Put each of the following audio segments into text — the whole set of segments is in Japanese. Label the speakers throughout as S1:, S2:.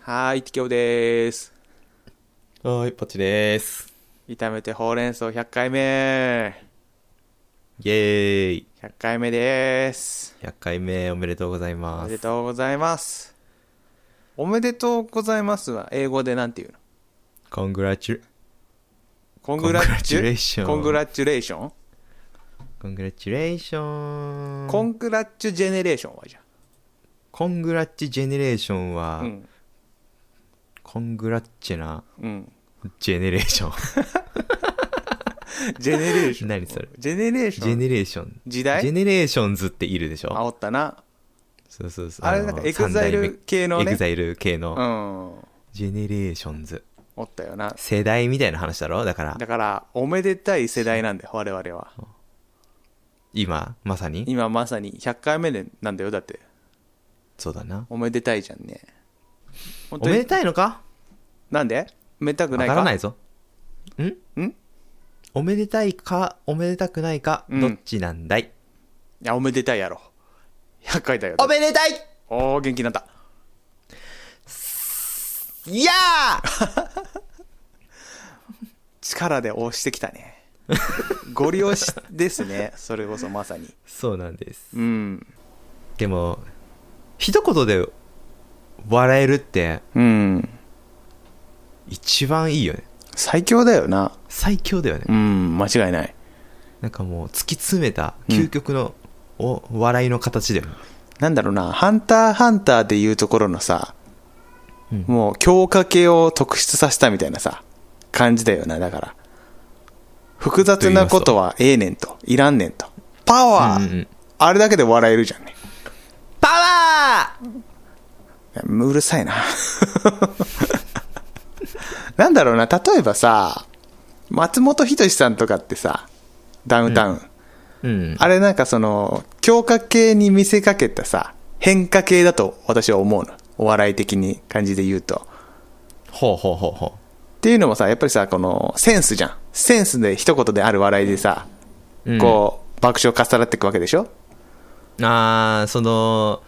S1: はーい、きょうです。
S2: はーい、ポチです。
S1: 炒めてほうれん草100回目。
S2: イェーイ。
S1: 100回目です。
S2: 100回目おめでとうござい
S1: お
S2: ま
S1: め
S2: す
S1: で。とうございます。おめでとうございますは、英語でなんて言うの
S2: コングラチュ、
S1: コング
S2: コング
S1: ラ
S2: ラ
S1: チ
S2: チュレ
S1: ュ
S2: ーション。
S1: コングラチュレーション
S2: コングラチュレーション。
S1: コングラチュジェネレーションはじゃ
S2: コングラッチジェネレーション
S1: あ
S2: は、
S1: うん。
S2: コングラッチェな
S1: うん。
S2: ジェネレー ション。
S1: ジェネレーション。
S2: 何それ
S1: ジェネレーシ
S2: ジ
S1: ョ
S2: ェ
S1: ン。
S2: ネレーション。
S1: 時
S2: ジェ
S1: 代
S2: ネレーションズっているでしょ。
S1: 煽ったな。
S2: そうそうそう。
S1: あれ
S2: の
S1: なんかエグザイル系の
S2: 三代目
S1: ね
S2: エグ。ザイル系
S1: う
S2: の、
S1: ん。
S2: ジェネレーションズ。
S1: おったよな。
S2: 世代みたいな話だろだから、
S1: だから、おめでたい世代なんだよ、我々は。
S2: 今、まさに。
S1: 今まさに100回目でなんだよだって
S2: そうだな。
S1: おめでたいじゃんね本
S2: お
S1: 当
S2: め
S1: に
S2: でたいのか
S1: なんでめでたくな
S2: わ
S1: い
S2: か
S1: から
S2: ないぞん
S1: ん
S2: おめでたいかおめでたくないか、
S1: うん
S2: どっちなんだい
S1: いやおめでたいやろ100回だよ
S2: おめでたい
S1: おお元気になった
S2: いや
S1: 力で押してきたねご利用しですねそれこそまさに
S2: そうなんです
S1: うん
S2: でも一言で笑えるって
S1: うん
S2: 一番いいよね
S1: 最強だよな
S2: 最強だよね
S1: うん間違いない
S2: なんかもう突き詰めた
S1: うん
S2: 究極の、お笑いの形だよね
S1: なんだろうな「ハンター×ハンター」でいうところのさ、
S2: うん
S1: もう強化系を特筆させたみたいなさ感じだよなだから複雑なことはええねんといらんねんとパワー、
S2: うんうん
S1: あれだけで笑えるじゃんね
S2: パワー
S1: うるさいな なんだろうな例えばさ松本人志さんとかってさダウンタウン、
S2: うん
S1: あれなんかその強化系に見せかけたさ変化系だと私は思うのお笑い的に感じで言うと
S2: ほうほうほうほ
S1: っていうのもさやっぱりさこのセンスじゃんセンスで一言である笑いでさ、
S2: う、うん
S1: こう爆笑重なっていくわけでしょ
S2: あーその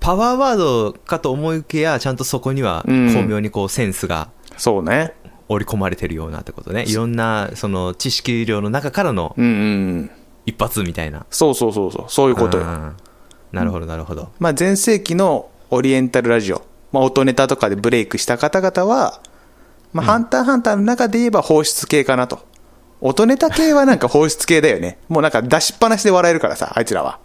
S2: パワーワードかと思いきやちゃんとそこには
S1: うん
S2: 巧妙にこうセンスが
S1: そうね
S2: 織り込まれてるようなってことねいろんなその知識量の中からの
S1: うんうん
S2: 一発みたいな
S1: そうそうそうそうそういうことよ
S2: あーなるほどなるほど
S1: まあ全盛期のオリエンタルラジオ、まあ、音ネタとかでブレイクした方々は、まあ、ハンターハンターの中で言えば放出系かなと音ネタ系はなんか放出系だよねもうなんか出しっぱなしで笑えるからさあいつらは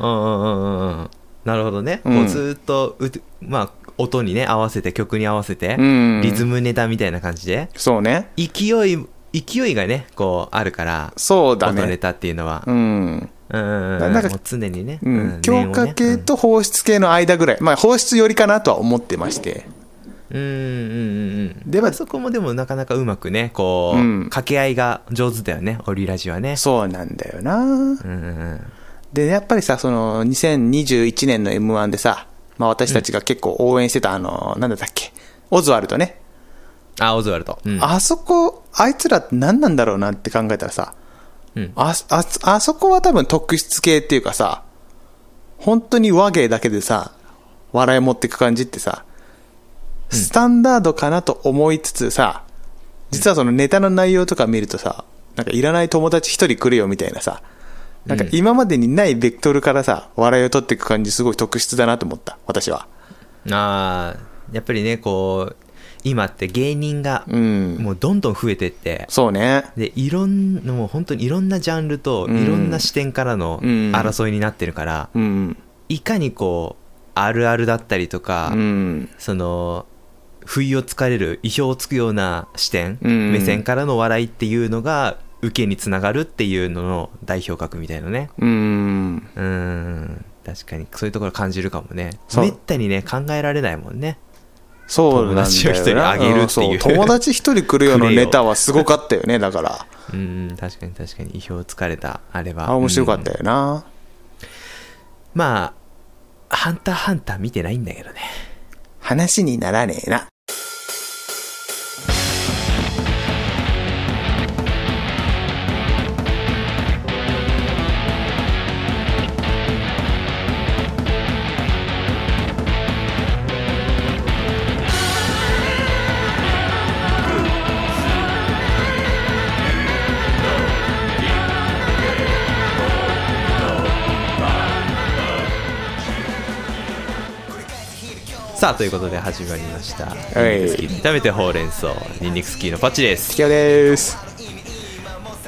S2: うんうんうんうんうんなるほどね、
S1: うん
S2: こうずーっとうまあ音にね合わせて曲に合わせて
S1: うん
S2: リズムネタみたいな感じで
S1: そうね
S2: 勢い勢いがねこうあるから
S1: そうだ
S2: 音ネ
S1: ね
S2: タっていうのは
S1: うん
S2: うんうん
S1: だ
S2: うん
S1: なんか
S2: もう常にね、
S1: うん、
S2: 念を
S1: 強
S2: ね
S1: 化系と放出系の間ぐらい、まあ放出よりかなとは思ってまして
S2: うんうんうんうん
S1: で
S2: で
S1: は
S2: はそこもでもなかなかうまくねこう、
S1: うん
S2: 掛け合いが上手だよねオリラジはね
S1: そうなんだよな
S2: うんうんうん
S1: でやっぱりさその2021年の m 1でさ、まあ、私たちが結構応援してた、あのなんだったっけオズワルドね、
S2: あオズワルド、うん、
S1: あそこあいつらって何なんだろうなって考えたらさ、
S2: うん
S1: あああそこは多分特質系っていうかさ本当に和芸だけでさ笑い持ってく感じってさスタンダードかなと思いつつさ実はそのネタの内容とか見るとさなんかいらない友達一人来るよみたいなさなんか今までにないベクトルからさ笑いを取っていく感じすごい特質だなと思った私は
S2: あーやっぱりねこう今って芸人が
S1: うん
S2: もうどんどん増えてって、
S1: そうね
S2: でいろんもう本当にいろんなジャンルといろんな視点からの
S1: うん
S2: 争いになってるから、
S1: うん
S2: いかにこうあるあるだったりとか、
S1: うん
S2: その不意をつかれる意表をつくような視点、
S1: うん
S2: 目線からの笑いっていうのが受けにつながるっていうのの代表格みたいなね
S1: うん
S2: うん確かにそういうところ感じるかもね
S1: そう
S2: めったにね考えられないもんね
S1: そうなんだよな
S2: 友達を一人あげるっていうん
S1: そ友達一人来るよのネタはすごかった よねだから
S2: うん確かに確かに意表をつかれたあれは
S1: あ面白かった
S2: うん
S1: よな、
S2: まあ「ハンターハンター」見てないんだけどね
S1: 話にならねえな
S3: 「ハンターハンター」
S2: さあということで始まりました
S1: い
S2: ニンニクスキーの炒めてほうれん草ニンニクスキーのパッチです
S1: きよです。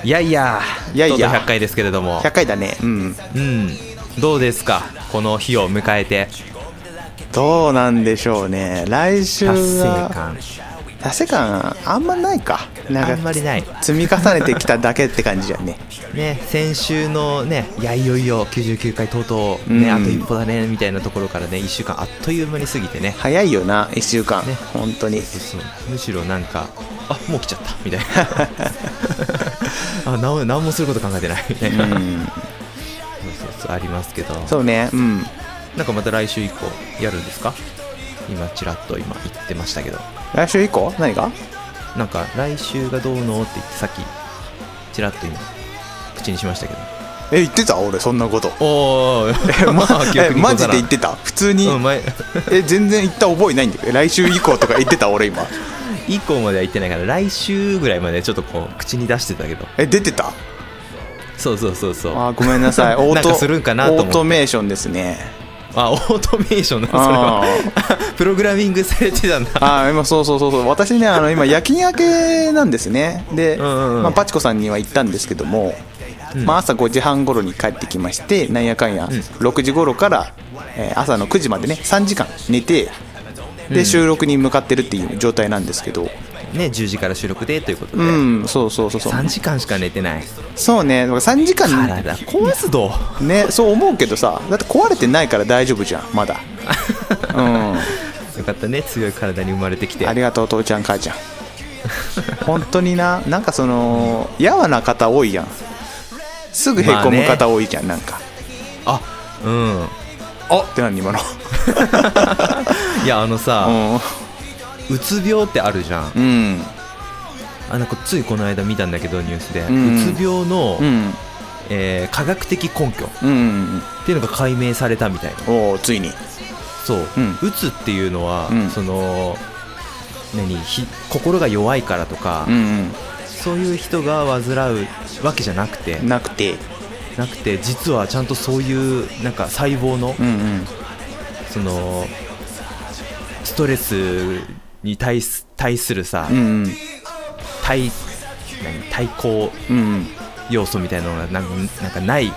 S2: いやいや
S1: いやいや
S2: とうとう100回ですけれども
S1: 100回だね。うん。
S2: うんどうですかこの日を迎えて
S1: どうなんでしょうね。来週
S2: 達成
S1: は、
S2: 感
S1: 達成感あんまないか。なんか
S2: あんまりない
S1: 積み重ねてきただけって感じだ ね。
S2: ね先週のねいやいよいよ99回とうとうね、
S1: うん
S2: あと一歩だねみたいなところからね1週間あっという間に過ぎてね
S1: 早いよな、1週間。
S2: ね
S1: 本当に。
S2: そうむしろなんかあもう来ちゃったみたいなあ何何もすること考えてないみたいな、そうそうそうありますけど
S1: そうね。うん。
S2: なんかまた来週以降やるんですか今ちらっと今言ってましたけど
S1: 来週以降何が
S2: なんか来週がどうのって言ってさっきちらっと今口にしましたけど
S1: え、言ってた俺、そんな こと。
S2: おお まあ記
S1: え、
S2: 憶にご
S1: マ
S2: ざらん
S1: ジで言ってた普通に。
S2: うん前
S1: え、全然言った覚えないんだけど。来週以降とか言ってた俺今。
S2: 以降までは言ってないから来週ぐらいまでちょっとこう口に出してたけど
S1: え、出てた
S2: そうそうそうそう
S1: あーごめんな さい。オー
S2: なん
S1: ト、
S2: かするんかなと思って
S1: オートメーションですね。
S2: あオートメーションなそれ
S1: あ
S2: は プログラミングされてたんだ
S1: ああ、今、そうそうそうそう。私ね、あの、今、夜勤明けなんですね。で、
S2: うんうんうん
S1: まあ、パチコさんには行ったんですけども、まあ、朝5時半頃に帰ってきまして、なんやかんや、6時頃から、えー朝の9時までね、3時間寝て、で、収録に向かってるっていう状態なんですけど、
S2: ね10時から収録でということで、
S1: うん、そうそうそうそう。
S2: 3時間しか寝てない
S1: そうね、3時間、
S2: 体壊すぞ
S1: ね、そう思うけどさ、だって壊れてないから大丈夫じゃん、ま だ。うん。
S2: よかったね強い体に生まれてきて
S1: ありがとう父ちゃん母ちゃん本当にななんかそのやわな方多いやんすぐへこむ方多いじゃん、なんか
S2: あうん
S1: あって何今の
S2: いやあのさ、
S1: う
S2: うつ病ってあるじゃん
S1: んうん
S2: あなんかついこの間見たんだけどニュースで、うんつ病の、
S1: うん
S2: えー科学的根拠
S1: うんうん
S2: っていうのが解明されたみたいな
S1: おおついに
S2: そう、
S1: うん
S2: うつっていうのは、
S1: うん
S2: その何ひ心が弱いからとか、
S1: うん
S2: そういう人が患うわけじゃなくて
S1: うんなくて
S2: なくて実はちゃんとそういうなんか細胞の、
S1: うんうん
S2: そのストレスに対す対するさ、
S1: うん
S2: 対何対抗
S1: うんうん
S2: 要素みたいなのがなんなんかない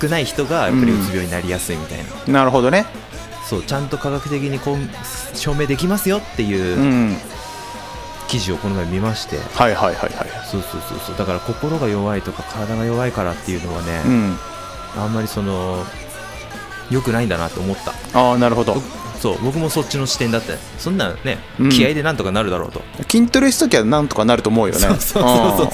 S2: 少ない人がやっぱりうつ病になりやすいみたいな、
S1: なるほどね
S2: そうちゃんと科学的にこう証明できますよって
S1: う
S2: いうん記事をこの前見まして、
S1: はいはいはいはい
S2: そうそうそうそうだから心が弱いとか体が弱いからっていうのはね、
S1: うん
S2: あんまりその良くないんだなと思った
S1: ああなるほど
S2: そう僕もそっちの視点だってそんなね、
S1: うん
S2: 気合でなんとかなるだろうと、
S1: 筋トレしときゃなんとかなると思うよね
S2: そうそうそう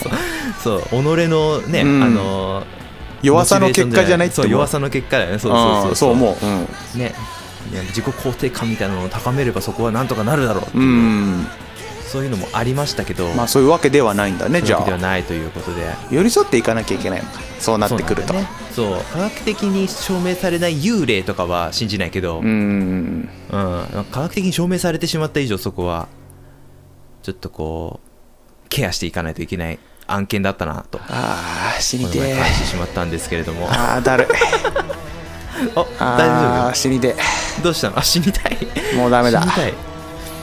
S2: そうそう己のね、
S1: うん
S2: あのー
S1: うん弱さの結果じゃないって
S2: そう
S1: 思う
S2: 弱さの結果だよねそうそう
S1: あ
S2: そ
S1: ー
S2: う
S1: そう思
S2: うねね自己肯定感みたいなのを高めればそこはなんとかなるだろうっていうう、
S1: うんうん
S2: そういうのもありましたけど、
S1: まあそういうわけではないんだね
S2: そう
S1: じ
S2: いう
S1: ゃ
S2: わけでは
S1: あ
S2: ないということで
S1: 寄り添っていかなきゃいけないもんそうなってくると
S2: そうなんだよねそう科学的に証明されない幽霊とかは信じないけど、
S1: うーん
S2: うん、科学的に証明されてしまった以上そこはちょっとこうケアしていかないといけない案件だったなとこ
S1: ああ死に
S2: の
S1: て
S2: 前
S1: え
S2: 感じてしまったんですけれども
S1: あ
S2: あ
S1: あだるいあ
S2: 大
S1: あ
S2: 丈
S1: 死にて
S2: 夫どうしたのあ死にたい
S1: えもうダメだ
S2: 死にたい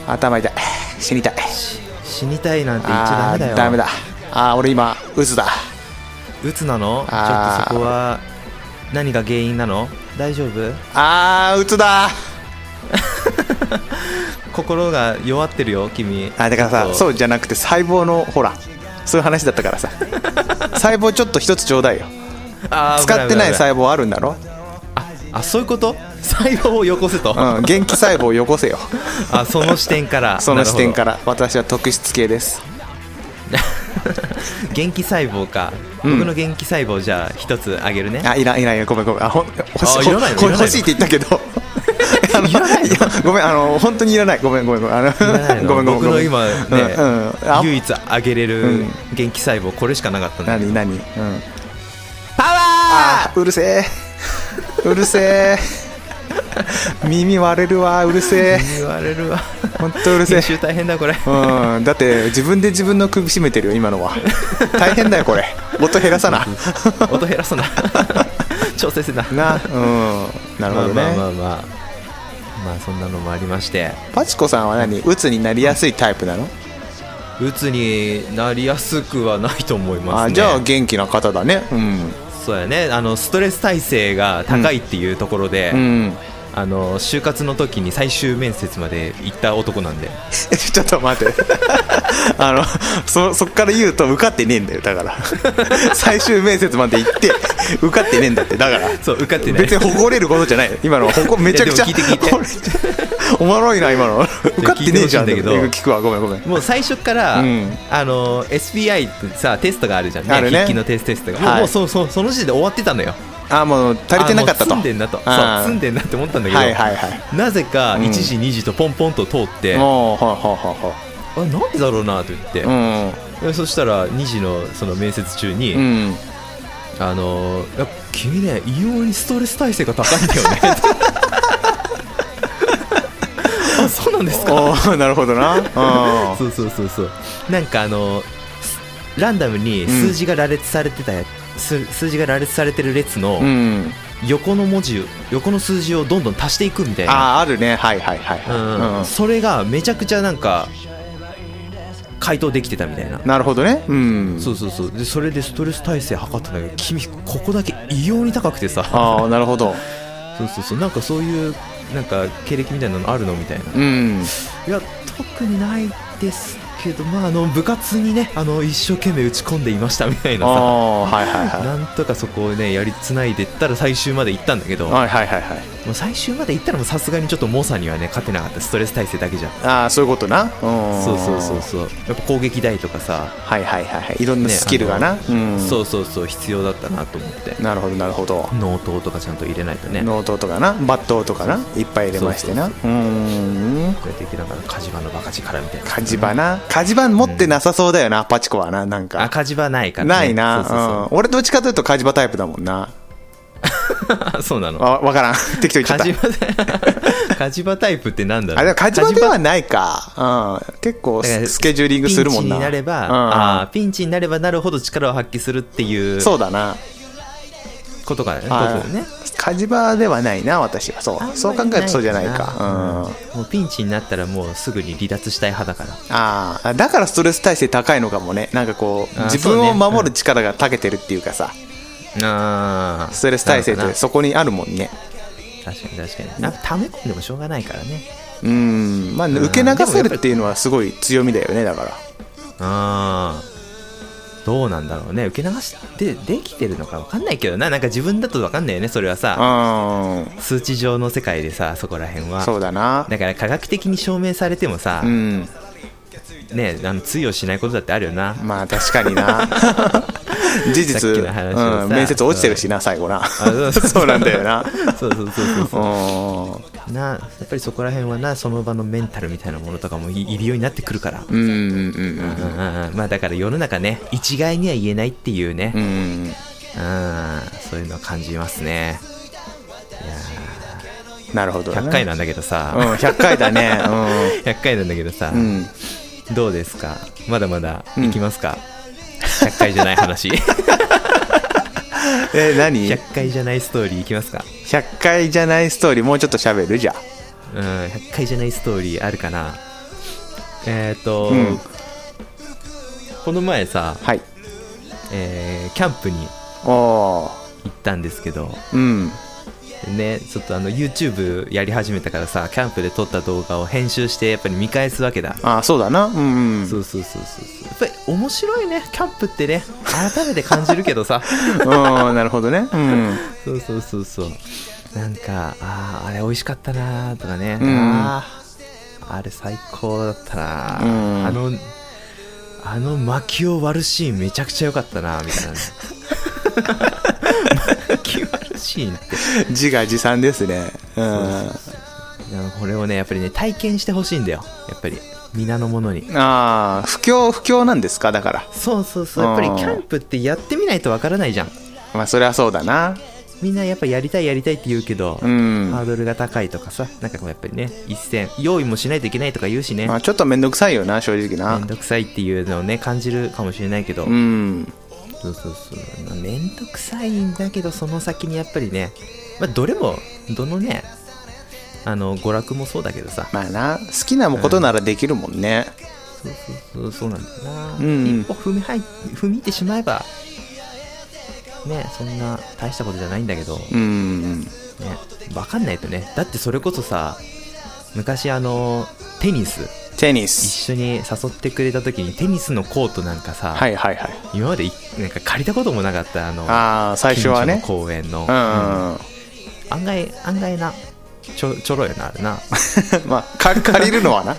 S1: 頭痛い死にたい
S2: し死にたいなんて言っちゃ
S1: ああ
S2: ダメだよ
S1: ダメだああ俺今うつだ
S2: うつなのちょっ
S1: あー
S2: とそこは何が原因なの大丈夫
S1: ああうつだ
S2: 心が弱ってるよ君
S1: あだから
S2: ちょ
S1: さ
S2: っと
S1: そうじゃなくて細胞のほらそういう話だったから さ細胞ちょっと一つちょうだいよ
S2: あー
S1: 使ってない
S2: 危危
S1: 細胞あるんだろ、
S2: ああそういうこと細胞をよこせと、
S1: うん、元気細胞をよこせ よ
S2: あその視点か ら
S1: その視点
S2: ら
S1: から私は特質系です
S2: 元気細胞か、
S1: うん
S2: 僕の元気細胞じゃあ一つあげるね
S1: あいらんいらんよごめんごめんあほん欲し
S2: あいらないの
S1: ほん
S2: いらないの
S1: 欲しいって言ったけど あのいやごめんあの本当にいらないごめんごめんごめんあの
S2: いらない の
S1: ごめんごめん
S2: 僕
S1: ご
S2: の
S1: めん
S2: 今ね、
S1: うんうんあ
S2: 唯一あげれ
S1: う
S2: る
S1: ん
S2: 元気細胞これしかなかったんだ
S1: 何何うん
S2: パワ
S1: あうるせえうる せえ耳割れるわうるせえ
S2: ー言われるわ
S1: 本当うるせえ
S2: 編集大変だこれ
S1: うんだって自分で自分の首絞めてるよ今のは大変だよこれ音減らさな
S2: 音減 ら すな調整せな
S1: なうんなるほどね、
S2: まあまあまあまあまあそんなのもありまして
S1: パチコさんは何鬱になりやすいタイプなの、
S2: 鬱になりやすくはないと思います
S1: あ
S2: ね
S1: じゃあ元気な方だねうん
S2: そうやねあのストレス耐性が高いっていうところで、
S1: うん
S2: あの就活の時に最終面接まで行った男なんで
S1: えちょっと待って あのそそっから言うと受かってねえんだよだから 最終面接まで行って受かってねえんだってだから
S2: そう受かってない
S1: 別に誇れることじゃないよ今の誇めちゃくちゃ
S2: いやでも聞いて
S1: 聞いて おもろいな今の受かってねえじゃん
S2: 聞いてほしいんだけど
S1: でも聞くわごめんごめん
S2: もう最初から、
S1: うん
S2: あの SPI ってさテストがあるじゃんね
S1: あるね
S2: 筆記のテストテストが、もう
S1: はい
S2: もうそそその時点で終わってたのよ
S1: あもう足りてなかったと
S2: あもう積んでんなとそう
S1: あー
S2: 積んでんなって思ったんだけど、
S1: はいはいはい
S2: なぜか
S1: ん
S2: 1時2時とポンポンと通って、あ
S1: もうほうほうほうほ
S2: なんでだろうなと言って
S1: うう、ん
S2: でそしたら2時のその面接中に、
S1: うん
S2: あのー、いや君ね異様にストレス耐性が高いんだよね あそうなんです か
S1: おーなるほどなうん
S2: そうそうそうそうなんかあのすランダムに数字が羅列されてたや、数数字が羅列されてる列の
S1: うん
S2: 横の文字を横の数字をどんどん足していくみたいな、
S1: あああるねはいはいはいはい
S2: うん
S1: うん
S2: それがめちゃくちゃなんか回答できてたみたいな
S1: なるほどねうん
S2: そうそうそうでそれでストレス耐性測ったんだけど君ここだけ異様に高くてさ
S1: ああなるほど
S2: そうそうそうなんかそういうなんか経歴みたいなのあるのみたいな、い
S1: うん
S2: や特にないですけどまああの部活にねあの一生懸命打ち込んでいましたみたい
S1: あ
S2: なさ
S1: あはいはいは
S2: なんとかそこをねやりつないでったら最終まで行ったんだけど、
S1: いはいはいはいはい
S2: もう最終まで行ったらもうさすがにちょっと猛者にはね勝てなかったストレス耐性だけじゃ
S1: ああそういうことなうん
S2: そうそうそうそうやっぱ攻撃台とかさ、
S1: はいはいはいはいいろんな
S2: ね
S1: スキルがな
S2: あ
S1: う
S2: の
S1: ん
S2: そうそうそう必要だったなと思って
S1: なるほどなるほど
S2: 納刀とかちゃんと入れないとねこ
S1: ノートとかなバットとかないっぱい入れましてなう
S2: そう
S1: ーん
S2: うやっていきながら火事場のバカ力みたいな
S1: 火事場な火事場持ってなさそうだよなパチコはななん
S2: あ
S1: か
S2: 火事場ないから、ね、
S1: ない
S2: そうそうそう
S1: なうん俺どっちかというと火事場タイプだもんな
S2: あ そうなの
S1: わわからん 適当言っちゃ
S2: カ
S1: った
S2: ジバ カジバタイプってなんだろう
S1: あでも火事場では
S2: カジ
S1: ないか、うん、結構
S2: バだから
S1: スケジューリングするもんな
S2: ピンチになれば、
S1: うん
S2: あーピンチになればなるほど力を発揮するっていう
S1: そうだな
S2: ことかね
S1: あ
S2: ことね
S1: 火事場ではないな私はそ
S2: あんま
S1: う
S2: り
S1: そう考えるとそうじゃない
S2: ない
S1: か、うん
S2: うんもうピンチになったらもうすぐに離脱したい派だから
S1: ああだからストレス耐性高いのかもねなんかこう
S2: あー
S1: 自分を守る力が長けてるっていうかさ
S2: あー
S1: ストレス耐性っ
S2: なの
S1: て
S2: か
S1: そこにあるもんね
S2: な確かに確かにやっぱ溜め込んでもしょうがないからね
S1: うんまあ受け流せるっていうのはすごい強みだよねだから
S2: あーどうなんだろうね受け流してできてるのか分かんないけどななんか自分だと分かんないよねそれはさ
S1: うん
S2: 数値上の世界でさそこら辺は
S1: そうだな
S2: だから科学的に証明されてもさ、
S1: うん
S2: ねあの通用しないことだってあるよな
S1: まあ確かに な事
S2: さ
S1: 実
S2: っきの話をさ
S1: うん、面接落ちてるしな最後な
S2: そうそう
S1: そうなんだよな
S2: そうそうそうそう
S1: う
S2: そ
S1: ん
S2: うなやっぱりそこら辺はなその場のメンタルみたいなものとかもいいるようになってくるから、
S1: うんうんうんう
S2: うん
S1: ん
S2: うんうんまあだから世の中ね一概には言えないっていうね、
S1: う
S2: うん、
S1: ん
S2: そういうのは感じますね
S1: なるほどな
S2: 100回なんだけどさ、
S1: うん100回だね
S2: 100回なんだけどさ、
S1: うん、うん
S2: どうですかまだまだいきますか、100回じゃない話
S1: え何
S2: 100回じゃないストーリーいきますか
S1: 100回じゃないストーリーもうちょっと喋るじゃあ
S2: うん、100回じゃないストーリーあるかなえっ、ー、と、
S1: うん
S2: この前さ、
S1: はい
S2: えーキャンプに
S1: おー
S2: 行ったんですけど
S1: うん
S2: ねちょっとあの YouTube やり始めたからさキャンプで撮った動画を編集してやっぱり見返すわけだ
S1: あーそうだなうんうん
S2: そうそうそうそうそうやっぱり面白いねキャンプってね改めて感じるけ どさ
S1: うんなるほどねうん
S2: そうそうそうそうなんかあああれ美味しかったなーとかね、
S1: うん
S2: あーあれ最高だったなー、
S1: うん
S2: あのあの薪を割るシーンめちゃくちゃ良かったなーみたいなね薪割るシーンって
S1: 自画自賛ですねうん
S2: いやこれをねやっぱりね体験してほしいんだよやっぱり皆のものに
S1: ああ不況不況なんですかだから
S2: そうそうそうやっぱり
S1: あー
S2: キャンプってやってみないとわからないじゃん
S1: まあそりゃそうだな
S2: みんなやっぱやりたいやりたいって言うけど、
S1: うん
S2: ハードルが高いとかさなんかこうやっぱりね一戦用意もしないといけないとか言うしね
S1: まあちょっとめんどくさいよな正直
S2: め
S1: なん
S2: どくさいっていうのをね感じるかもしれないけど、
S1: うん
S2: そうそうそうめんどくさいんだけどその先にやっぱりね、まあ、どれもどのねあの娯楽もそうだけどさ
S1: まあな好きなことならできるもんね、
S2: そうそうそうそうなんだよな、
S1: うんうん
S2: 一歩踏み入踏み入ってしまえばねそんな大したことじゃないんだけど、ね、
S1: うん
S2: 分かんないとねだってそれこそさ昔あのテニス
S1: テニ
S2: 一
S1: ス
S2: 緒に誘ってくれた時にテニスのコートなんかさ、
S1: はいはいはい
S2: 今までいなんか借りたこともなかったあの
S1: ああ最初はね
S2: 近所の公園の、
S1: うん、
S2: うん案外案外なちょちょろいなあれな
S1: まあか借りるのはな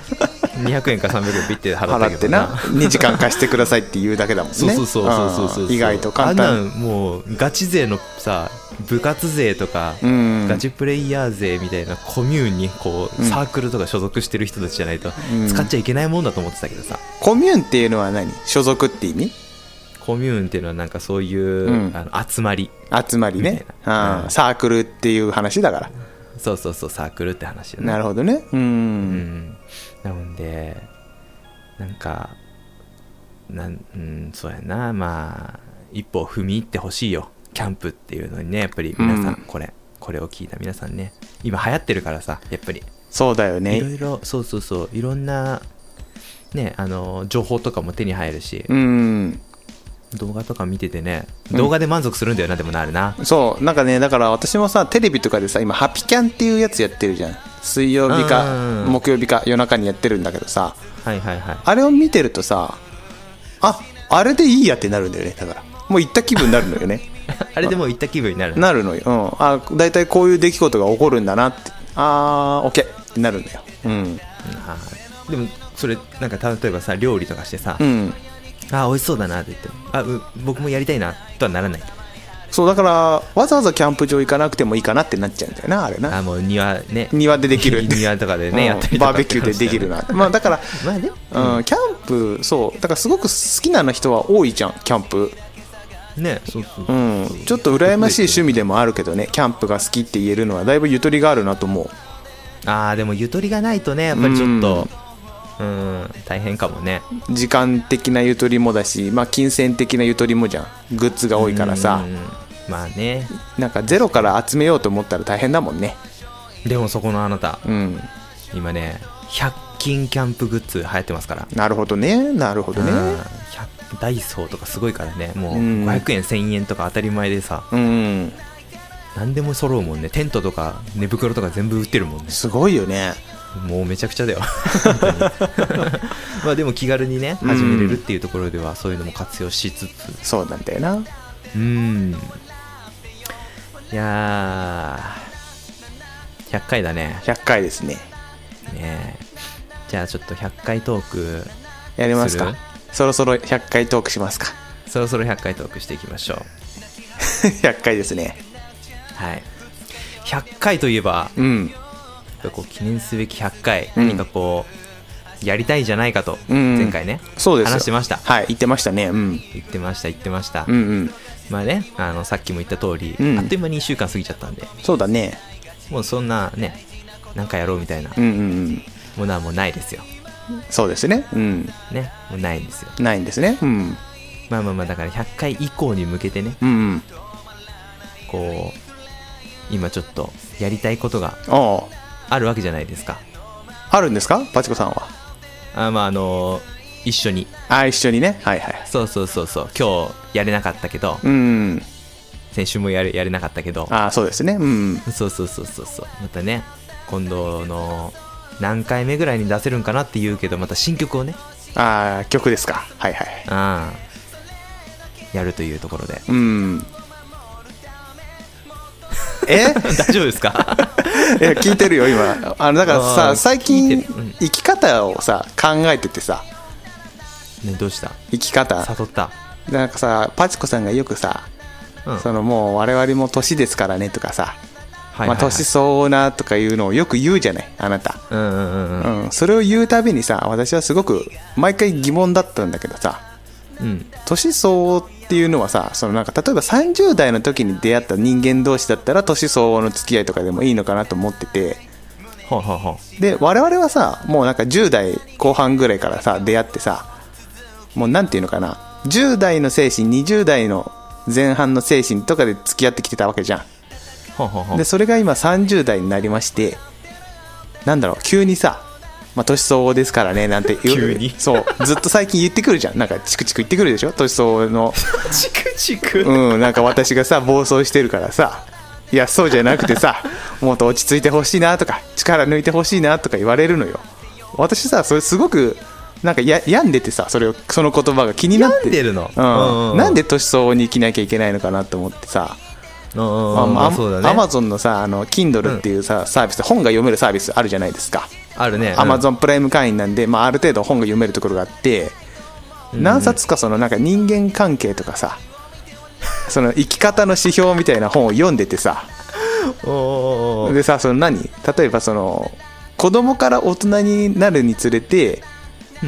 S2: 200円か300円ピッて 払ったけ
S1: 払って
S2: ど
S1: な2時間貸してくださいって言うだけだもんね
S2: そうそうそうそうそうそう、
S1: ん意外と簡
S2: あ
S1: 単
S2: んなんもうガチ勢のさ部活勢とか、
S1: うん
S2: ガチプレイヤー勢みたいなコミューンにこう、
S1: うん
S2: サークルとか所属してる人たちじゃないと
S1: うん
S2: 使っちゃいけないもんだと思ってたけどさ、
S1: コミューンっていうのは何所属って意味
S2: コミューンっていうのはなんかそういう、
S1: うん
S2: あの集まり
S1: 集まりね
S2: み、たいな
S1: うん
S2: うん
S1: サークルっていう話だから、
S2: そうそうそうサークルって話だね
S1: なるほどねう
S2: うんん、なのでなんかなん、うん、そうやなまあ一歩踏み入ってほしいよキャンプっていうのにねやっぱり皆さん、
S1: うん
S2: これこれを聞いた皆さんね今流行ってるからさやっぱり、
S1: そうだよ
S2: いろ
S1: ね
S2: いろそうそうそういろんなねあの情報とかも手に入るし、
S1: うん
S2: 動画とか見ててね動画で満足するんだよな、でもなるな
S1: そうなんかねだから私もさテレビとかでさ今ハピキャンっていうやつやってるじゃん水曜日か
S2: うん
S1: 木曜日か夜中にやってるんだけどさ
S2: はいはい はい
S1: あれを見てるとさああれでいいやってなるんだよねだからもう行った気分になるの よね
S2: あれでもう行った気分になる
S1: なるのよ、うん、あ大体こういう出来事が起こるんだなってあーオッケーってなるんだようん
S2: はいでもそれなんか例えばさ料理とかしてさ、
S1: うん
S2: あ美味しそうだなって言ってもあう僕もやりたいなとはならない
S1: そうだからわざわざキャンプ場行かなくてもいいかなってなっちゃうんだよなあれな
S2: あもう庭ね
S1: 庭でできる
S2: 庭とかで
S1: う
S2: ね
S1: ん
S2: やったりとか
S1: バーベキューでできるなまあだから
S2: まあでも
S1: うん、キャンプそうだからすごく好きな人は多いじゃんキャンプ
S2: ねそうそう、
S1: うんちょっと羨ましい趣味でもあるけどねキャンプが好きって言えるのはだいぶゆとりがあるなと思う
S2: ああでもゆとりがないとねやっぱりちょっとうん大変かもね
S1: 時間的なゆとりもだし、まあ、金銭的なゆとりもじゃんグッズが多いからさ
S2: うんまあね
S1: なんかゼロから集めようと思ったら大変だもんね
S2: でもそこのあなた
S1: うん
S2: 今ね100均キャンプグッズ流行ってますから
S1: なるほどねなるほどね
S2: うん100ダイソーとかすごいからねもう
S1: うん
S2: 500円1000円とか当たり前でさ
S1: うん
S2: 何でも揃うもんねテントとか寝袋とか全部売ってるもんね
S1: すごいよね
S2: もうめちゃくちゃだよ 本当にまあでも気軽にね始めれるっていうところではそういうのも活用しつつ
S1: そうなんだよな
S2: うんいやー100回だね
S1: 100回ですね
S2: ねえじゃあちょっと100回トーク
S1: やります
S2: す
S1: か
S2: る
S1: そろそろ100回トークしますか
S2: そろそろ100回トークしていきましょう
S1: 100回ですね
S2: はい100回といえば
S1: うん
S2: やっぱこう記念すべき100回
S1: うん
S2: 何かこうやりたいじゃないかと
S1: うん
S2: 前回ね
S1: そうですよ
S2: 話してました
S1: はい言ってましたねうん
S2: 言ってました言ってました
S1: うんうん
S2: まあね、あのさっきも言った通り、
S1: うん
S2: あっという間に1週間過ぎちゃったんで、
S1: そうだね
S2: もうそんなね、なんかやろうみたいな
S1: うんうん
S2: ものはもうないですよ。
S1: うんそうですねうん
S2: ね、もうないんですよ。
S1: ないんですねうん
S2: まあまあまあ、だから100回以降に向けてね、
S1: うんうん
S2: こう、今ちょっとやりたいことが
S1: あ
S2: あるわけじゃないですか。
S1: ああるんですかバチコさんは
S2: あまあ、あの一緒に、
S1: あ一緒にねはいはい
S2: そうそうそうそう、今日やれなかったけど、
S1: うんうん
S2: 先週もやれやれなかったけど、
S1: あそうですねうん
S2: そうそうそうそうそう、またね、今度の何回目ぐらいに出せるんかなって言うけど、また新曲をね、
S1: ああ曲ですかはいはい
S2: ああやるというところで
S1: うん え
S2: 大丈夫ですか
S1: いや聞いてるよ今あのだから
S2: あ
S1: さ
S2: ー
S1: 最
S2: 聞
S1: 近
S2: いてるうん
S1: 生き方をさ考えててさ
S2: ねどうした
S1: 生き方
S2: 悟った
S1: なんかさパチコさんがよくさ、
S2: うん
S1: そのもう我々も年ですからねとかさ、
S2: はいはいはい
S1: まあ、年相応なとかいうのをよく言うじゃないあなた、
S2: うんうんうんうん
S1: うん、それを言うたびにさ私はすごく毎回疑問だったんだけどさ
S2: うん
S1: 年相応っていうのはさそのなんか例えば30代の時に出会った人間同士だったら年相応の付き合いとかでもいいのかなと思ってて
S2: ほうほうほ
S1: で我々はさもうなんか10代後半ぐらいからさ出会ってさもうなんていうのかな10代の精神20代の前半の精神とかで付き合ってきてたわけじゃ
S2: うほうほうんほう
S1: でそれが今30代になりましてなんだろう急にさ「まあ、年相応ですからね」なんて言う
S2: 急に
S1: そうずっと最近言ってくるじゃんなんかチクチク言ってくるでしょ年相応の
S2: チクチク、
S1: うんなんか私がさ暴走してるからさいやそうじゃなくてさもっと落ち着いてほしいなとか力抜いてほしいなとか言われるのよ私さそれすごくなんかや病んでてさそれをその言葉が気になって
S2: 病んでるのうんうん
S1: う、
S2: うんん
S1: なんで年相応に生きなきゃいけないのかなと思ってさ
S2: うん
S1: あ
S2: うんま
S1: の
S2: あそうだね
S1: アマゾンのさあの Kindle っていうさ、サービス本が読めるサービスあるじゃないですか
S2: あるね
S1: アマ
S2: ン
S1: ゾンプライム会員なんで、まあ、ある程度本が読めるところがあって、何冊かそのなんか人間関係とか さその生き方の指標みたいな本を読んでてさ
S2: おー
S1: でさその何例えばその子供から大人になるにつれて、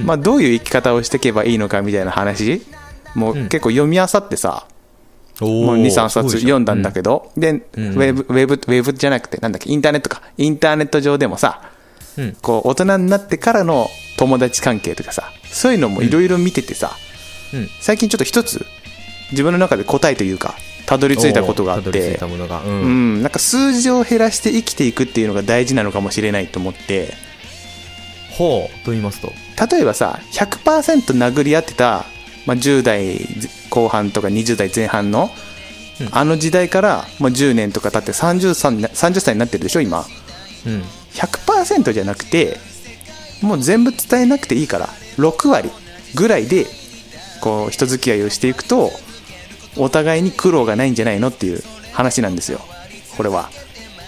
S1: まあ、どういう生き方をしていけばいいのかみたいな話もう結構読み漁ってさ、
S2: お
S1: もう
S2: ー
S1: 23冊読んだんだ
S2: ど、
S1: けど、で、
S2: ん
S1: ウェブウェブウェブじゃなくてなんだっけインターネットかインターネット上でもさ
S2: うん
S1: こう大人になってからの友達関係とかさそういうのもいろいろ見ててさ、
S2: うん
S1: 最近ちょっと一つ自分の中で答えというかたどり着いたことがあっ
S2: おーたどり着い
S1: て
S2: たものが、う
S1: うんん、なんか数字を減らして生きていくっていうのが大事なのかもしれないと思って
S2: ほうと言いますと
S1: 例えばさ100%殴り合ってた、まあ、10代後半とか20代前半の、あの時代から、まあ、10年とか経って 30, 30歳になってるでしょ今
S2: うん
S1: 100%じゃなくてもう全部伝えなくていいから6割ぐらいでこう人付き合いをしていくとお互いに苦労がないんじゃないのっていう話なんですよこれは。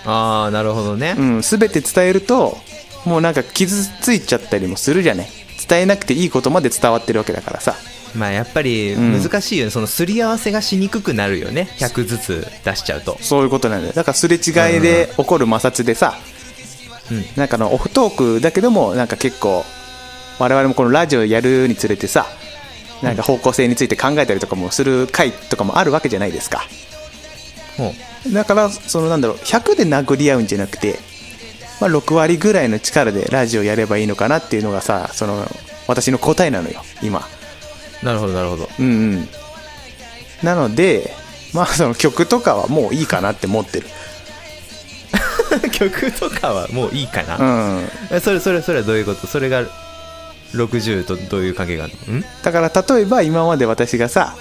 S2: ああなるほどね、
S1: うん、全て伝えるともうなんか傷ついちゃったりもするじゃない伝えなくていいことまで伝わってるわけだからさ
S2: まあやっぱり
S1: ん
S2: 難しいよね、そのすり合わせがしにくくなるよね100ずつ出しちゃうと
S1: そういうことなんだよだからすれ違いで起こる摩擦でさ、
S2: うん
S1: なんかあのオフトークだけどもなんか結構我々もこのラジオやるにつれてさなんか方向性について考えたりとかもする回とかもあるわけじゃないですか
S2: ほう
S1: だからそのなんだろう100で殴り合うんじゃなくて、まあ、6割ぐらいの力でラジオやればいいのかなっていうのがさその私の答えなのよ今
S2: なるほどなるほど
S1: うんうんなのでまあその曲とかはもういいかなって思ってる
S2: 曲とかはもういいか
S1: う
S2: な、
S1: ん
S2: えそれそれそれはどういうことそれが60とどういう関係があるのん
S1: だから例えば今まで私がさ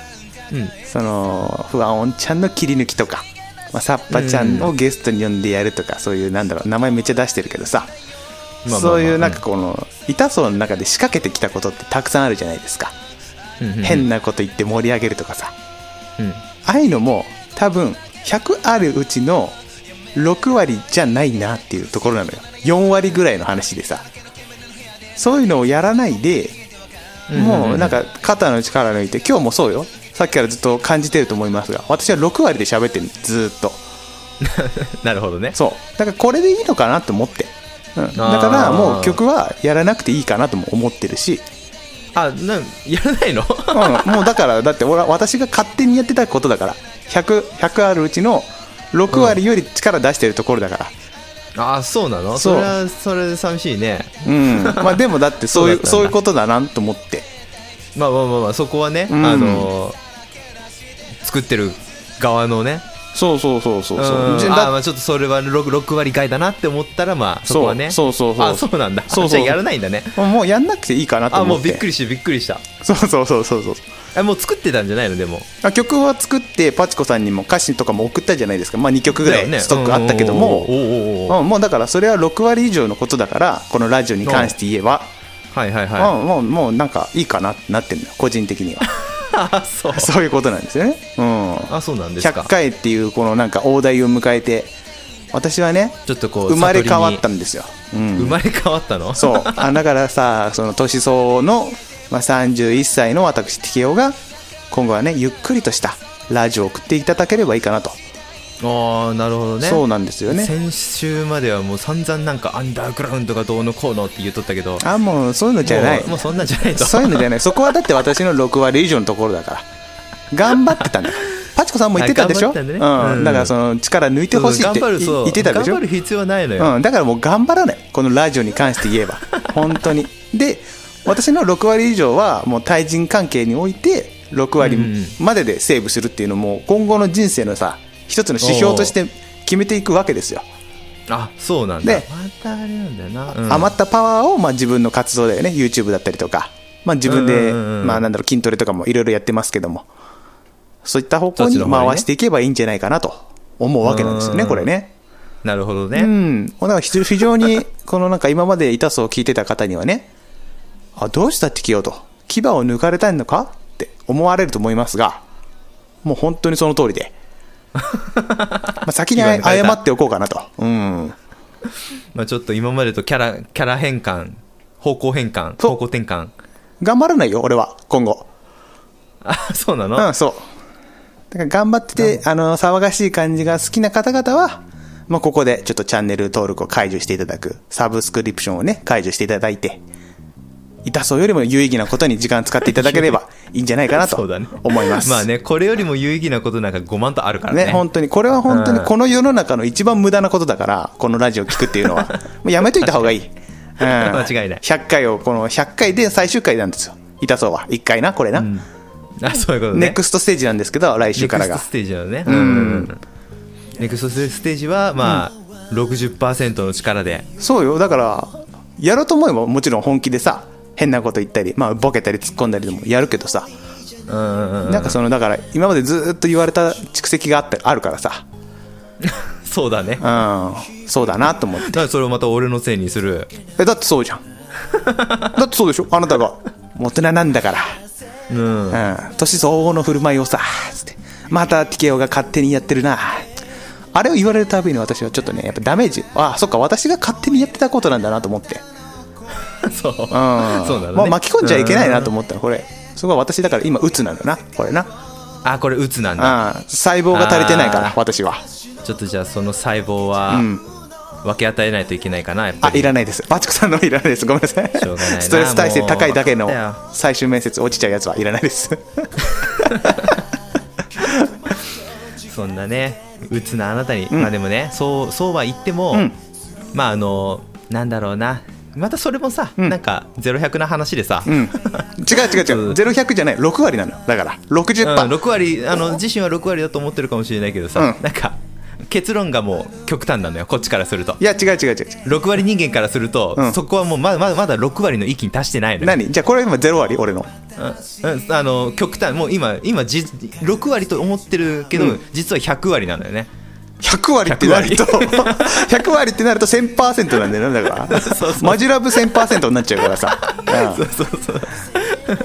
S2: うん
S1: その不安音ちゃんの切り抜きとか、まあ、サッパちゃんをゲストに呼んでやるとか、そういうなんだろう名前めっちゃ出してるけどさ、
S2: まあまあ
S1: そういうなんかこの痛そうの中で仕掛けてきたことってたくさんあるじゃないですか、
S2: うんうん
S1: 変なこと言って盛り上げるとかさ
S2: うん
S1: ああいうのも多分100あるうちの6割じゃないなっていうところなのよ4割ぐらいの話でさそういうのをやらないで
S2: んうんうん
S1: もうなんか肩の力抜いて今日もそうよさっきからずっと感じてると思いますが私は6割で喋ってるのずーっと
S2: なるほどね
S1: そうだからこれでいいのかなと思って、うん、だからもう曲はやらなくていいかなとも思ってるし
S2: あなんやらないの
S1: うん、もうだからだって俺は私が勝手にやってたことだから 100, 100あるうちの6割より力出してるところだから、
S2: あそうなの
S1: そう
S2: それはそれで寂しいね
S1: うんまあ、でもだ ってそういう
S2: そうだったんだ
S1: そういうことだなと思って
S2: まあまあまあまあそこはね、
S1: うん
S2: あの作ってる側のね
S1: そうそうそうそうそう
S2: うん
S1: じゃ
S2: あーま
S1: だ
S2: あちょっとそれは 6, 6割外だなって思ったらまあそこはね
S1: そうそうそうそう
S2: あそうなんだ
S1: そうそう
S2: あじゃあやらないんだね
S1: もうやんなくていいかなと
S2: あ
S1: 思
S2: も
S1: っ
S2: う
S1: て
S2: びっくりしたびっくりした
S1: そうそうそうそうそう
S2: あもう作ってたんじゃないのでも
S1: あ曲は作ってパチコさんにも歌詞とかも送ったじゃないですか、まあ、2曲ぐら
S2: だよ
S1: い
S2: ね
S1: ストックあったけども、
S2: おーおーおーおー
S1: うん、もうだからそれは6割以上のことだからこのラジオに関して言えば、
S2: はいはいは
S1: うん、もうもうなんかいいかなってなってるのよ個人的には。
S2: いあ そ う
S1: そういうことなんですよね。うん。
S2: あそうなんですか
S1: 100回っていうこのなんか大台を迎えて、私はね、
S2: ちょっとこう
S1: 生まれ変わった
S2: の
S1: んですよ。うん。
S2: 生まれ変わったの
S1: そう。あだからさ、その年相応の、まあ、31歳の私、TKO が、今後はね、ゆっくりとしたラジオを送っていただければいいかなと。
S2: ああなるほどね
S1: そうなんですよね。
S2: 先週まではもう散々なんかアンダーグラウンドがどうのこうのって言っとったけど
S1: あ、もうそういうのじゃない
S2: もう。もうそんなんじゃないと
S1: そういうのじゃない。そこはだって私の6割以上のところだから。頑張ってたんだ。パチコさんも言ってたでしょ、
S2: あ頑張
S1: う
S2: ったんだね
S1: ん。だからその力抜いてほしいって
S2: 頑張る
S1: い
S2: そう
S1: 言ってたでしょ
S2: 頑張る必要はないのよ、
S1: うん、だからもう頑張らないこのラジオに関して言え ば本当にで私の6割以上はもう対人関係において6割
S2: うんうん
S1: まででセーブするっていうのも今後の人生のさ一つの指標として決めていくわけですよ
S2: あそうなんだ
S1: で
S2: またあれなんだよな、うん
S1: 余ったパワーをまあ自分の活動だよね YouTube だったりとか、まあ、自分で
S2: うんうんうんうん
S1: まあなんだろう筋トレとかもいろいろやってますけどもそういった方向
S2: そっち
S1: に
S2: の方にね
S1: 回していけばいいんじゃないかなと思うわけなんですよね
S2: うん
S1: これね。
S2: なるほどね、
S1: うん、だから非非常にこのなんか今まで痛そうを聞いてた方にはねあどうしたって聞ようと牙を抜かれたいのかって思われると思いますがもう本当にその通り でまあ先に
S2: 牙抜かれ
S1: 謝
S2: た
S1: っておこうかなと、うん、
S2: まあ、ちょっと今までとキャラキャラ変換方向変換
S1: そう
S2: 方向転換
S1: 頑張らないよ俺は今後
S2: あそうなの、
S1: うん、そう。だから頑張ってて、あの、騒がしい感じが好きな方々は、まあ、ここでちょっとチャンネル登録を解除していただく、サブスクリプションをね、解除していただいて、痛そうよりも有意義なことに時間使っていただけれ ばいいんじゃないかなと
S2: そうだね
S1: 思います。
S2: まあねこれよりも有意義なことなんか5万とあるからね
S1: ね、本当に、これは本当にこの世の中の一番無駄なことだから、このラジオ聞くっていうの は、もうやめといた方がいい。うん、間
S2: 間違いない
S1: 100回を、この100回で最終回なんですよ。痛そうは。1回な、これな。
S2: あそういうことね
S1: ネクストステージなんですけど、来週から
S2: ネ
S1: が
S2: クスト。ステージなのねうんネクストステージはまあ、60%の力で
S1: そうよだからやろうと思えばもちろん本気でさ変なこと言ったり、まあ、ボケたり突っ込んだりでもやるけどさ、
S2: うんうんうん
S1: なんかそのだから今までずーっと言われた蓄積があったあるからさ、
S2: そうだね
S1: うん、そうだなと思って
S2: だからそれをまた俺のせいにする
S1: えだってそう じゃんだってそうでしょあなたが大人なんだか
S2: うん
S1: ら、うん、年相応の振る舞いをさつってまた TKO が勝手にやってるなあれを言われるたびに私はちょっとねやっぱダメージああそっか私が勝手にやってたことなんだなと思って
S2: そうそ
S1: そ
S2: う
S1: う
S2: なのね
S1: まあ、巻き込んじゃいけないなと
S2: うん
S1: 思ったのこれそこは私だから今鬱なのなこれな、
S2: あこれ鬱なんだ
S1: うん、細胞が足りてないから
S2: あー
S1: 私は
S2: ちょっとじゃあその細胞は分け与えないといけないかなやっぱ
S1: あ
S2: り
S1: いらないですバチコさんのいらないですごめんなさい
S2: しょうがないな
S1: ストレス耐性高いだけの
S2: もう分かった
S1: 最終面接落ちちゃうやつはいらないです
S2: そんなね鬱なあなたに、まあでもねそうそうは言っても、
S1: ん
S2: まああのなんだろうなまたそれもさ、なんか0100な話でさ、
S1: うん違う違う違う0100じゃない6割なのだから
S2: う
S1: 60%、
S2: ん、6割あの自身は6割だと思ってるかもしれないけどさ、
S1: うん
S2: なんか結論がもう極端なのよこっちからすると
S1: いや違う違う違う違う
S2: 6割人間からすると、
S1: うん
S2: そこはもうまだまだまだ6割の域に達してないのよ、
S1: 何じゃあこれ今0割俺の
S2: うんうんあの極端もう今今じ6割と思ってるけど、実は100割なのよね
S1: 100割ってなると 100割ってなると1000%なんだよなだ からマジラブ1000%になっちゃうからさ、うん
S2: そうそうそう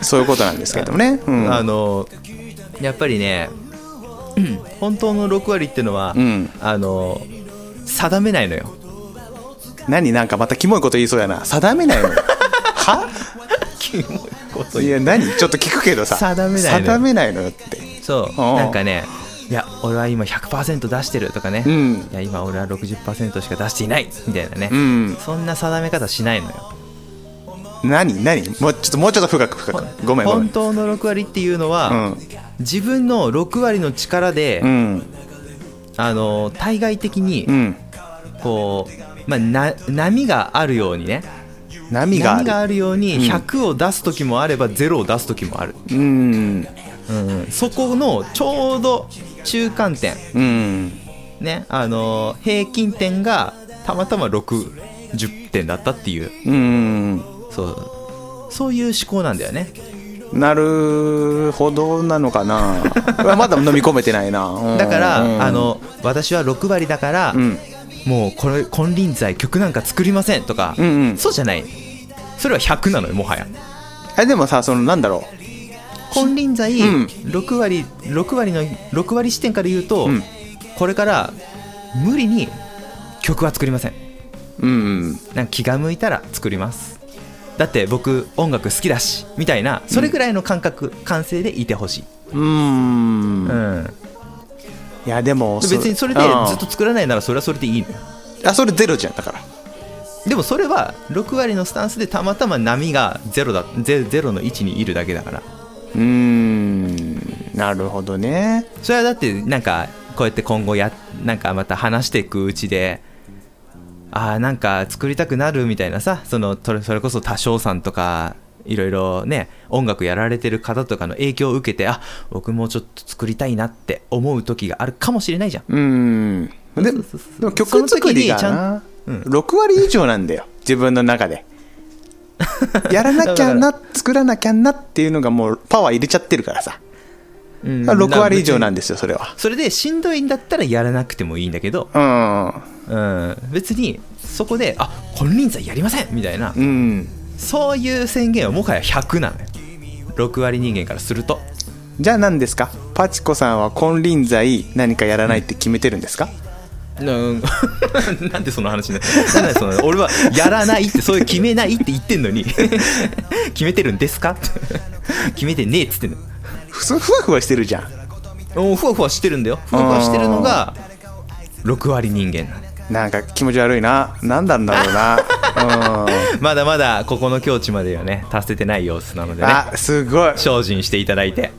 S1: そういうことなんですけどね、うん
S2: あのやっぱりねうん本当の6割ってのは、
S1: うん
S2: あの定めないのよ
S1: 何なんかまたキモいこと言いそうやな定めないのは
S2: キ モいこと
S1: い
S2: 言う
S1: や何ちょっと聞くけどさ
S2: 定めないのよ
S1: 定めないのよって
S2: そう
S1: ああ
S2: なんかねいや俺は今100%出してるとかね、
S1: うん
S2: いや今俺は60%しか出していないみたいなね、
S1: うん
S2: そんな定め方しないのよ
S1: 何何もうちょっともうちょっと深く深くごめんごめ
S2: 本
S1: ん
S2: 当の6割っていうのは、
S1: うん
S2: 自分の6割の力で、
S1: うん
S2: あの対外的に
S1: うん
S2: こう、まあ、な波があるようにね
S1: 波があ
S2: 波
S1: る
S2: があるように
S1: うん
S2: 100を出す時もあれば0を出す時もある、
S1: うん
S2: うんそこのちょうど中間点
S1: うん
S2: ねあのー平均点がたまたま60点だったっていう
S1: うん
S2: そうそういう思考なんだよね
S1: なるほどなのか なうわまだ飲み込めてないな、うん
S2: だから、
S1: うん
S2: あの私は6割だから、
S1: うん
S2: もうこれ金輪際曲なんか作りませんとか、
S1: うんうん
S2: そうじゃないそれは100なのよもはや
S1: えでもさそのなんだろ
S2: 金輪際
S1: うん
S2: 6割6割の6割視点から言うと、
S1: うん
S2: これから無理に曲は作りません
S1: ううん
S2: なんか気が向いたら作りますだって僕音楽好きだしみたいなそれぐらいの感覚、感性でいてほしい、
S1: うん、
S2: う
S1: い
S2: ん、
S1: やでも
S2: 別にそれで
S1: うん
S2: ずっと作らないならそれはそれでいいのよ
S1: あそれゼロじゃんだから
S2: でもそれは6割のスタンスでたまたま波がゼロだゼゼロの位置にいるだけだから
S1: うーんなるほどね
S2: それはだってなんかこうやって今後やなんかまた話していくうちでああなんか作りたくなるみたいなさそのそれそれこそ多少さんとかいろいろね音楽やられてる方とかの影響を受けてあ僕もちょっと作りたいなって思う時があるかもしれないじゃん
S1: うーんでで
S2: そうそうそう
S1: も曲作りが
S2: その
S1: な、
S2: 時にちゃん
S1: 6割以上なんだよ自分の中でやらなきゃ な作らなきゃなっていうのがもうパワー入れちゃってるからさ、
S2: うん
S1: 6割以上なん
S2: で
S1: ですよそれは
S2: それでしんどいんだったらやらなくてもいいんだけど、
S1: う
S2: うん、別にそこで「あ金輪際やりません!」みたいなん
S1: うん
S2: そういう宣言はもはや100なのよ6割人間からすると
S1: じゃあ何ですかパチコさんは金輪際何かやらないって決めてるんですか、
S2: な なんでその話にななんでその俺はやらないってそういう決めないって言ってんのに 決めてるんですかって 決めてねえっつってんの
S1: ふそふわふわしてるじゃん
S2: おふわふわしてるんだよふわふわしてるのが6割人間なの
S1: なんか気持ち悪いな何なんだろう なうん
S2: まだまだここの境地まではね達せてない様子なのでね
S1: あすごい
S2: 精進していただいて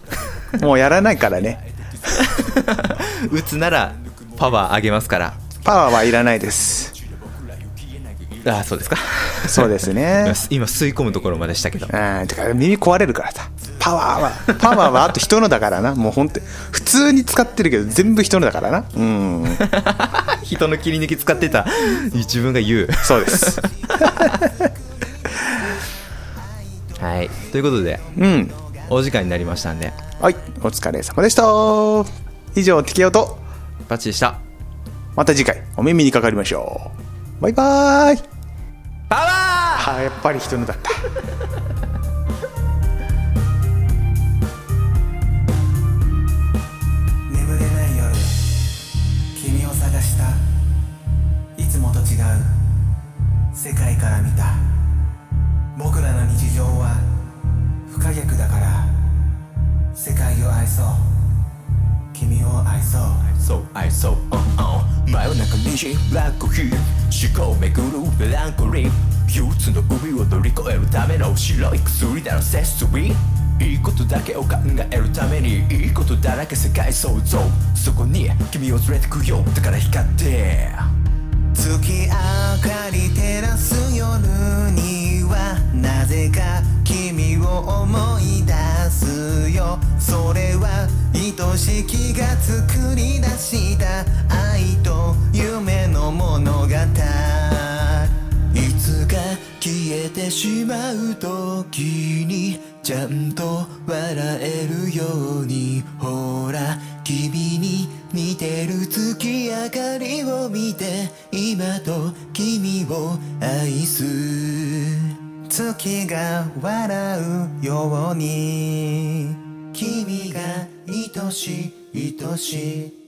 S1: もうやらないからね
S2: 打つならパワー上げますから
S1: パワーはいらないです
S2: あそうですか
S1: そうですね
S2: 今今吸い込むところまでしたけど
S1: うんてか耳壊れるからさパワーはパワーはあと人のだからなもうほんと普通に使ってるけど全部人のだからなうん
S2: 人の切り抜き使ってた自分が言う
S1: そう です
S2: はいということで
S1: うん
S2: お時間になりましたんで
S1: はいお疲れ様でした以上 TKO と
S2: バッチリでした
S1: また次回お耳にかかりましょうバイバーイ
S2: パワー
S1: あーやっぱり人のだった
S3: 眠れない夜君を探したいつもと違う世界から見た僕らの日常は不可逆だから世界を愛そう君を愛そう
S4: So I so on on 真夜中2時ブラックヒール思考巡るブランコリー憂鬱の海を乗り越えるための白い薬だろセスリいいことだけを考えるためにいいことだらけ世界創造そこに君を連れてくよだから光って
S3: 月明かり照らす夜にはなぜか君を思い出すよそれは愛しきが作り出した愛と夢の物語いつか消えてしまう時にちゃんと笑えるようにほら君に似てる月明かりを見て今と君を愛す月が笑うように君が愛しい愛しい